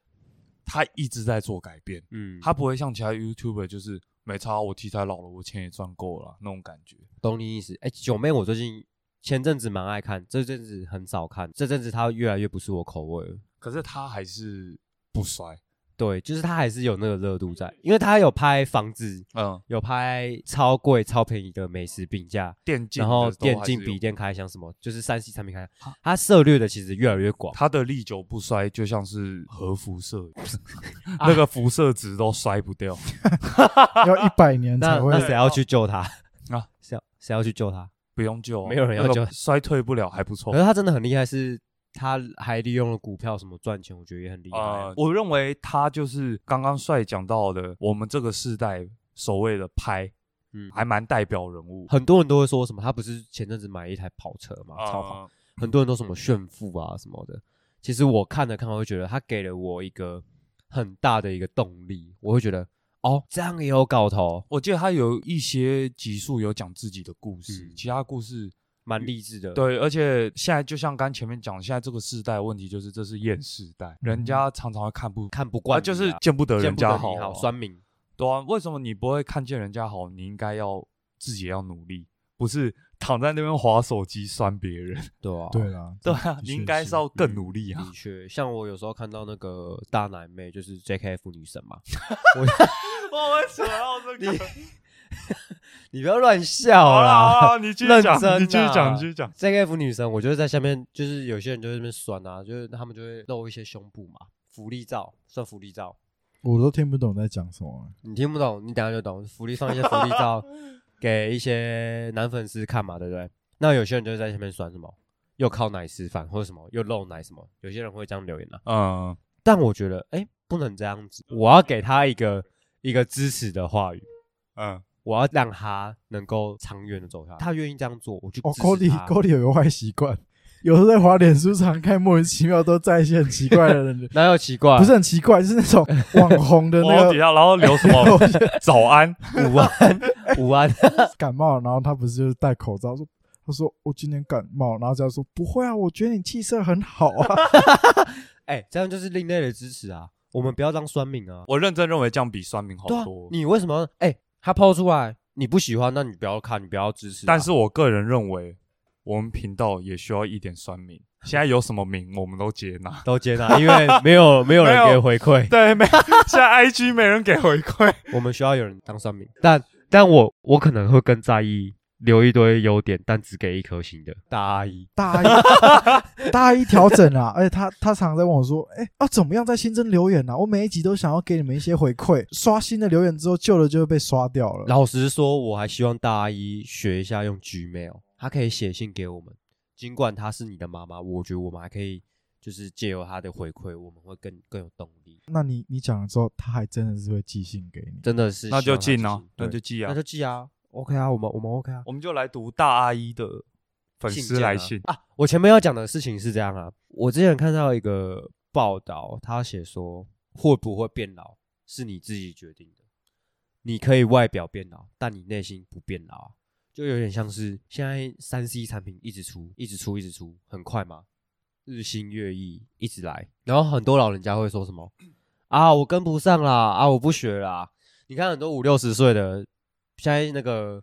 S2: 他一直在做改变。
S3: 嗯，
S2: 他不会像其他 YouTuber 就是没差，我题材老了，我钱也赚够了啦那种感觉。
S3: 懂你意思。哎、九妹，我最近前阵子蛮爱看，这阵子很少看，这阵子她越来越不是我口味了。
S2: 可是他还是不衰，
S3: 对，就是她还是有那个热度在，因为她有拍房子，
S2: 嗯，
S3: 有拍超贵、超便宜的美食评价，
S2: 电竞
S3: 然
S2: 的
S3: 后
S2: 都
S3: 电
S2: 还是
S3: 竞、
S2: 有
S3: 笔，电开箱什么，就是三 C 产品开箱，她涉猎的其实越来越广。
S2: 他的历久不衰就像是核辐射， 那个辐射值都摔不掉。
S1: 要一百年
S3: 那
S1: 才会
S3: 那谁要去救她
S2: 啊
S3: 啊？ 谁要谁要去救她？
S2: 不用救、啊，
S3: 没有人要
S2: 那个
S3: 救哎
S2: 衰退不了，还不错
S3: 可。是她真的很厉害，是她还利用了股票什么赚钱，我觉得也很厉害。
S2: 呃，我认为他就是刚刚帅讲到的，我们这个世代所谓的拍，
S3: 嗯，
S2: 还蛮代表人物。
S3: 很多人都会说什么，他不是前阵子买一台跑车嘛，超跑，
S2: 呃
S3: 很多人都什么炫富啊什么的。其实我看了看，我会觉得他给了我一个很大的一个动力，我会觉得哦，这样也有搞头，
S2: 我记得他有一些集数有讲自己的故事，
S3: 嗯
S2: 其他故事
S3: 蛮励志的。，
S2: 嗯对，而且现在就像刚前面讲，现在这个世代的问题就是这是厌世代，人家常常会看不
S3: 看不
S2: 惯、
S3: 惯、
S2: 嗯啊，就是见不得
S3: 见
S2: 人
S3: 不得
S2: 家
S3: 你
S2: 啊
S3: 好，酸民。
S2: 对啊，为什么你不会看见人家好？你应该要自己也要努力，不是躺在那边划手机酸别人。
S3: 对啊，
S1: 对啦，
S2: 对啊，
S1: 的
S2: 你
S1: 确
S2: 应该是要更努力啊
S3: 的。确，像我有时候看到那个大奶妹，就是 JKF 女神嘛，我
S2: 我为什么要这 个？
S3: 你不要乱笑啊
S2: 好啦，
S3: 啦
S2: 好啦你继续
S3: 认
S2: 讲，
S3: 真
S2: 你继续讲，
S3: 啦
S2: 你继续讲。
S3: JKF 女神，我觉得在下面就是有些人就在那边酸啊，就是他们就会露一些胸部嘛，福利照算福利照，
S1: 我都听不懂在讲什么。
S3: 你听不懂，你等下就懂。福利放一些福利照给一些男粉丝看嘛，对不对？那有些人就在下面酸什么，又靠奶吃饭，或者什么又露奶什么，有些人会这样留言啊。
S2: 嗯，
S3: 但我觉得，哎，不能这样子，我要给他一个一个支持的话语，
S2: 嗯，
S3: 我要让他能够长远的走下去。他愿意这样做，我就
S1: 哦
S3: 支持
S1: ，Cody
S3: 他。
S1: Cody 有个坏习惯，有时候在滑脸书上看莫名其妙都在一些很奇怪的人，
S3: 哪有奇怪？
S1: 不是很奇怪，就是那种网红的
S2: 我
S1: 那
S2: 底
S1: 个
S2: 下然后留什 么早安？
S3: 午 安，午安。
S1: 感冒，然后他不是就是戴口罩说。他说：“我今天感冒。”然后这样说：“不会啊，我觉得你气色很好啊。
S3: 哎、这样就是另类的支持啊！我们不要当酸民啊！
S2: 我认真认为这样比酸民好
S3: 对啊
S2: 多，。
S3: 你为什么要？哎、他抛出来你不喜欢，那你不要看，你不要支持啊、。
S2: 但是我个人认为，我们频道也需要一点酸 民。现在有什么名我们都接纳
S3: 都接纳，因 为没有没有人给回 馈，
S2: 对，没现在 IG 没人给回馈。
S3: 我们需要有人当酸民。但但我我可能会更在意留一堆优点，但只给一颗星的大阿姨。”
S1: 大一，大一 调整啊！而且他他常在问我说：“哎、啊，怎么样在新增留言啊？我每一集都想要给你们一些回馈，刷新的留言之后，旧的就会被刷掉了。”
S3: 老实说，我还希望大阿姨学一下用 Gmail，她可以写信给我们。尽管她是你的妈妈，我觉得我们还可以就是借由她的回馈，我们会更更有动力。
S1: 那你你讲了之后，他还真的是会寄信给你。
S3: 真的 是
S2: 那就
S3: 希望
S2: 进
S3: 她
S2: 哦
S3: 自己，
S2: 那
S3: 对
S2: 就记啊
S3: 那就，寄啊，OK 啊，我们我们 OK 啊。
S2: 我们就来读大阿一的粉丝来信
S3: 件。啊啊我前面要讲的事情是这样啊，我之前看到一个报道，他写说会不会变老是你自己决定的，你可以外表变老，但你内心不变老啊、就有点像是现在三 C 产品一直出，一直出，一直出，很快嘛。日新月异，一直来。然后很多老人家会说什么啊，我跟不上啦，啊，我不学啦。你看很多五六十岁的，现在那个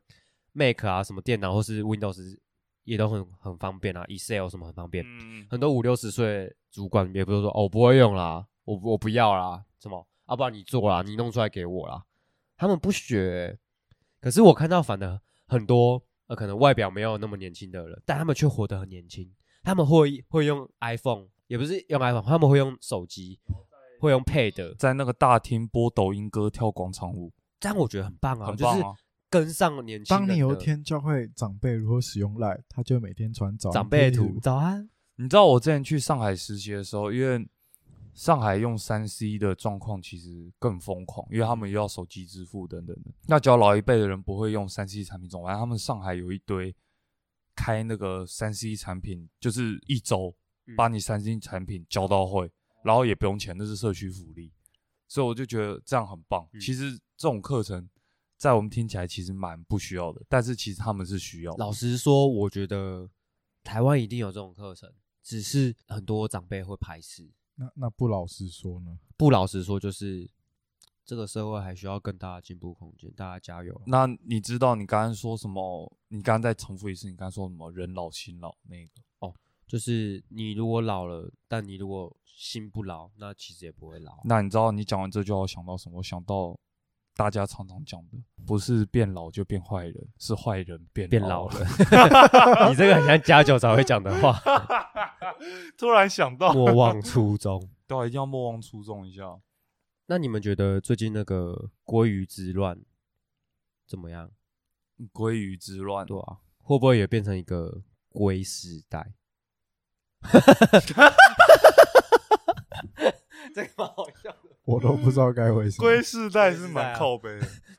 S3: Mac 啊，什么电脑或是 Windows 也都很很方便啊，Excel 什么很方便。
S2: 嗯，
S3: 很多五六十岁主管也不是说哦，我不会用啦，我我不要啦，什么，要、不然你做啦，你弄出来给我啦。他们不学欸、可是我看到反而很多呃，可能外表没有那么年轻的人，但他们却活得很年轻。他们会会用 iPhone，也不是用 iPhone，他们会用手机，会用 Pad，
S2: 在那个大厅播抖音歌、跳广场舞，
S3: 这样我觉得很棒啊，
S2: 很
S3: 就
S2: 棒
S3: 是
S2: 啊！
S3: 跟上年轻
S1: 当
S3: 人的。
S1: 你有一天教会长辈如何使用 Line，他就每天传早安
S3: 长辈
S1: 贴
S3: 图，早安，
S2: 你知道我之前去上海实习的时候，因为上海用三 C 的状况其实更疯狂，因为他们又要手机支付等等的。那只要老一辈的人不会用三 C 产品，总而言之他们上海有一堆开那个三 C 产品，就是一周
S3: 嗯
S2: 把你三 C 产品教到会，然后也不用钱，那是社区福利。所以我就觉得这样很棒。
S3: 嗯
S2: 其实这种课程在我们听起来其实蛮不需要的，但是其实他们是需要的。
S3: 老实说，我觉得台湾一定有这种课程，只是很多长辈会排斥。
S1: 那那不老实说呢？
S3: 不老实说，就是这个社会还需要更大的进步空间，大家加油！
S2: 那你知道你刚刚说什么？你刚刚再重复一次，你刚刚说什么？人老心老那个，
S3: 就是你如果老了，但你如果心不老，那其实也不会老。
S2: 那你知道你讲完这句话我想到什么？我想到大家常常讲的，不是变老就变坏人，是坏人变
S3: 变
S2: 老
S3: 老了。，啊你这个很像加酒才会讲的话。
S2: 突然想到，
S3: 莫忘初衷。
S2: 对啊，一定要莫忘初衷一下。
S3: 那你们觉得最近那个鲑鱼之乱怎么样？
S2: 鲑鱼之乱，
S3: 对啊，会不会也变成一个龟时代？ 这个蛮好笑的。
S1: 我都不知道该回什么。
S2: 世代啊
S3: 是蛮靠
S2: 背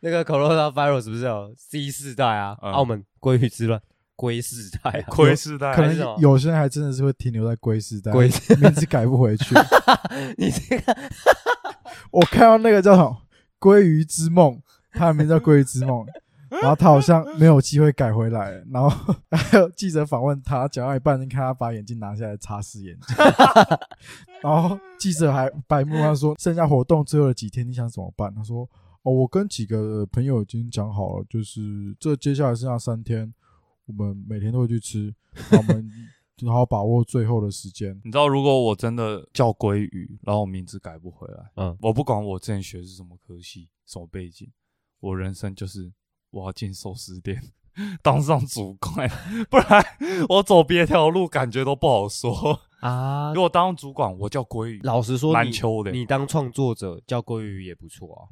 S3: 那个 coronavirus 是不是有 C 世代啊？
S2: 嗯
S3: 澳门鲑鱼之乱，龟世代啊，
S2: 龟世代
S1: 可
S3: 还是什么
S1: 能有些人还真的是会停留在龟时代，
S3: 龟
S1: 名字改不回去。
S3: 你这个
S1: 我看到那个叫什么《鲑鱼之梦》，他的名字叫《鲑鱼之梦》，然后他好像没有机会改回来了。然后 还有记者访问他，讲到一半，看他把眼镜拿 下来擦拭眼睛。然后记者还白目他说：“剩下活动最后的几天，你想怎么办？”他说：“哦，我跟几个朋友已经讲好了，就是这接下来剩下三天，我们每天都会去吃，然后我们好好把握最后的时间。
S2: 你知道，如果我真的叫鲑鱼，然后我名字改不回来，
S3: 嗯
S2: 我不管我之前学的是什么科系、什么背景，我人生就是我要进寿司店当上主管，不然我走别条路感觉都不好说。
S3: 啊
S2: 如，果当主管，我叫鲑鱼，
S3: 老实说你，
S2: 蛮秋的
S3: 你当创作者叫鲑鱼也不错啊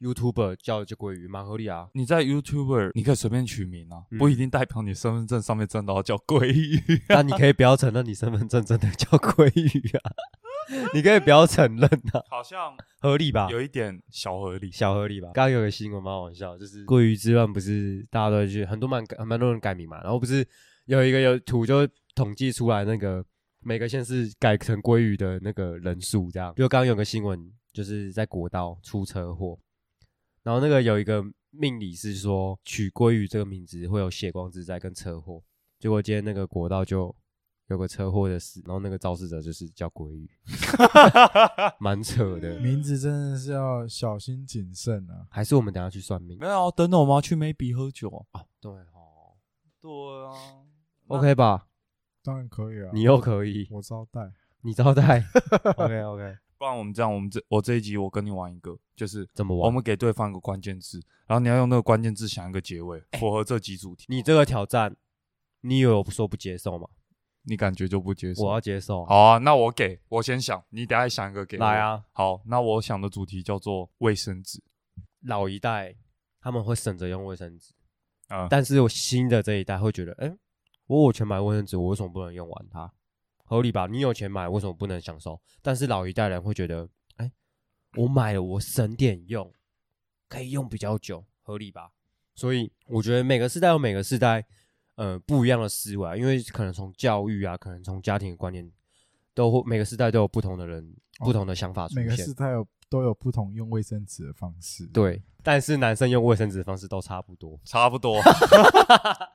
S3: ，YouTuber 叫叫鲑鱼蛮合理啊。
S2: 你在 YouTuber 你可以随便取名啊，
S3: 嗯
S2: 不一定代表你身份证上面真的要叫鲑鱼。
S3: 那你可以不要承认你身份证真的叫鲑鱼啊， 你可以不要承认啊，
S2: 好像
S3: 合理吧？
S2: 有一点小合理，
S3: 小合理吧。刚刚有个新闻蛮好笑，就是鲑鱼之乱不是大家都会去，很多蛮蛮多人改名嘛，然后不是有一个有图就统计出来那个每个县市改成鲑鱼的那个人数，这样。就刚刚有个新闻，就是在国道出车祸，然后那个有一个命理是说取鲑鱼这个名字会有血光之灾跟车祸，结果今天那个国道就。有个车祸的事，然后那个肇事者就是叫鲑 鱼，蛮扯的。
S1: 名字真的是要小心谨慎啊。”
S3: 还是我们等一下去算命
S2: 没有啊，等等我们要去 Maybe 喝酒啊。
S3: 啊？对哦，
S2: 对啊
S3: OK 吧？
S1: 当然可以啊，
S3: 你又可以，
S1: 我招待。
S3: 你招待。OK OK，
S2: 不然我们这样，我们这我这一集我跟你玩一个，就是
S3: 怎么
S2: 我
S3: 玩？
S2: 们给对方一个关键字，然后你要用那个关键字想一个结尾，符合这集主题。
S3: 哎你这个挑战，你有说不接受吗？
S2: 你感觉就不接受？
S3: 我要接受啊。
S2: 好啊，那我给我先想，你等一下想一个给我
S3: 来。啊，
S2: 好，那我想的主题叫做卫生纸。
S3: 老一代他们会省着用卫生纸，
S2: 啊、
S3: 但是我新的这一代会觉得，哎、我有钱买卫生纸，我为什么不能用完它？合理吧？你有钱买，为什么不能享受？但是老一代人会觉得，哎、我买了，我省点用，可以用比较久，合理吧？所以我觉得每个时代有每个时代，呃，不一样的思维啊，因为可能从教育啊，可能从家庭的观念，都会每个时代都有不同的人、
S1: 哦
S3: 不同的想法出
S1: 每个
S3: 现
S1: 市。它有都有不同用卫生纸的方式。
S3: 对，但是男生用卫生纸的方式都差不多。
S2: 差不多。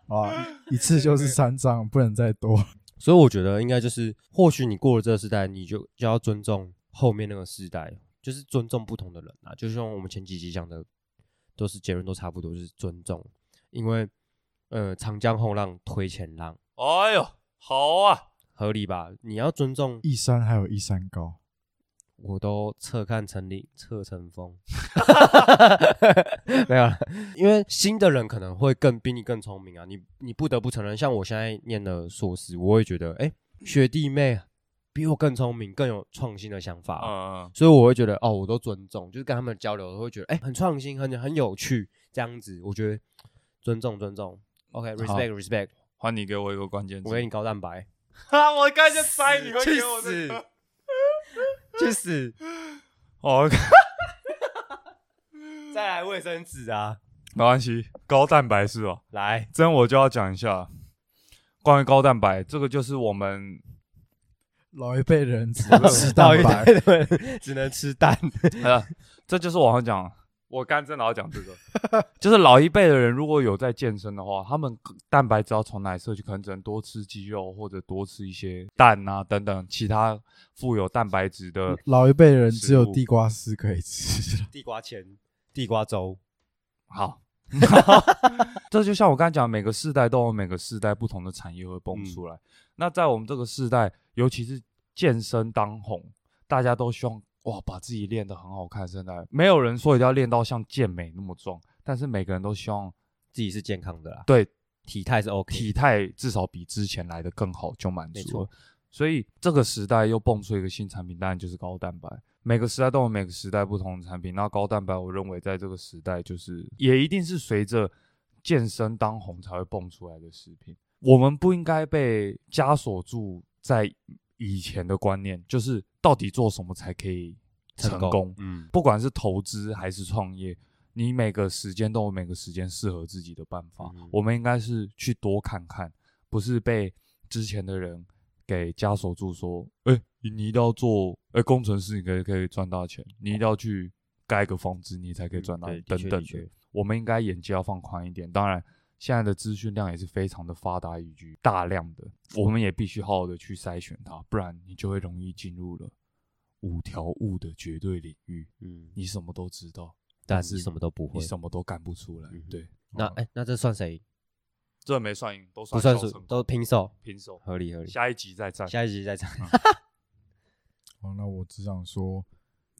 S1: 啊，一次就是三张，不能再多。
S3: 所以我觉得应该就是，或许你过了这个时代，你就就要尊重后面那个时代，就是尊重不同的人啊。就像我们前几集讲的，都是结论都差不多，就是尊重。因为呃，长江后浪推前浪，
S2: 哎呦，好啊，
S3: 合理吧？你要尊重，
S1: 一山还有一山高，
S3: 我都侧看成岭侧成 峰，没有了。因为新的人可能会更比你更聪明啊，你你不得不承认，像我现在念的硕士，我会觉得，哎、学弟妹比我更聪明，更有创新的想法啊、
S2: 嗯，
S3: 所以我会觉得哦，我都尊重，就是跟他们交流，我会觉得哎、很创新，很很有趣，这样子，我觉得尊重尊重，OK，respect、respect，
S2: 换你给我一个关键字，
S3: 我给你高蛋白，
S2: 哈，我刚才就
S3: 塞
S2: 猜你会给我这 个，
S3: 去死，
S2: 哦，
S3: 再来卫生纸啊，
S2: 没关系，高蛋白是吧？
S3: 来，
S2: 这样我就要讲一下关于高蛋白，这个就是我们
S1: 老一辈人只能吃
S3: 到
S1: 蛋
S3: 一
S1: 白，
S3: 堆的人只能吃蛋，
S2: 呃，这就是我要讲，我刚正老讲这个， 就是老一辈的人如果有在健身的话，他们蛋白质要从哪里摄取，可能只能多吃鸡肉或者多吃一些蛋啊等等其他富有蛋白质的。
S1: 老一辈人只有
S2: 食物
S1: 地瓜丝可以吃。
S3: 地瓜钱，地瓜粥，
S2: 好， 这就像我刚才讲，每个世代都有每个世代不同的产业会蹦出来。那在我们这个世代，尤其是健身当红，大家都希望哇把自己练得很好看，身材没有人说一定要练到像健美那么壮，但是每个人都希望
S3: 自己是健康的啦，
S2: 对
S3: 体态是 OK，
S2: 体态至少比之前来的更好，就满
S3: 没
S2: 足
S3: 错
S2: 了。所以这个时代又蹦出一个新产品，当然就是高蛋白。每个时代都有每个时代不同的产品，那高蛋白，我认为在这个时代就是也一定是随着健身当红才会蹦出来的食品。我们不应该被枷锁住在以前的观念，就是到底做什么才可以成功？
S3: 嗯，
S2: 不管是投资还是创业，你每个时间都有每个时间适合自己的办法。
S3: 嗯
S2: 我们应该是去多看看，不是被之前的人给枷锁住，说，哎、你一定要做，哎、工程师你可以可以赚大钱，你一定要去盖个房子，你才可以赚大钱、
S3: 嗯对的
S2: 等
S3: 确
S2: 等
S3: 的确
S2: 的。我们应该眼界要放宽一点，当然。现在的资讯量也是非常的发达以及大量的，我们也必须好好的去筛选它，不然你就会容易进入了五条悟的绝对领域。
S3: 嗯，
S2: 你什么都知道，
S3: 但
S2: 是
S3: 你什么都不会
S2: 你。什么都干不出来
S3: 嗯。哼
S2: 对，
S3: 那
S2: 好
S3: 哎、那这算谁？
S2: 这没算赢，都
S3: 不算
S2: 小
S3: 数
S2: 胜，
S3: 都平手，
S2: 平手。
S3: 合理合理。
S2: 下一集再战。
S3: 下一集再讲。
S1: 好，那我只想说，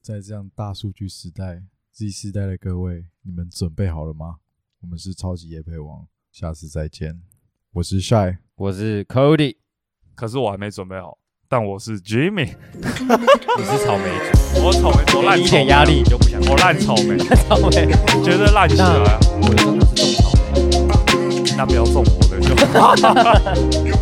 S1: 在这样大数据时代，Z 时代的各位，你们准备好了吗？我们是超级夜配王，下次再见。我是 Shy，
S3: 我是 Cody，
S2: 可是我还没准备好，但我是 Jimmy，
S3: 你是草莓，
S2: 我草莓，我烂
S3: 给你一
S2: 草
S3: 点
S2: 莓
S3: 压力你就不想
S2: 我烂草 莓，
S3: 草莓。
S2: 绝对烂起来啊。
S3: 我真的是种草莓。
S2: 那不要中我的就好。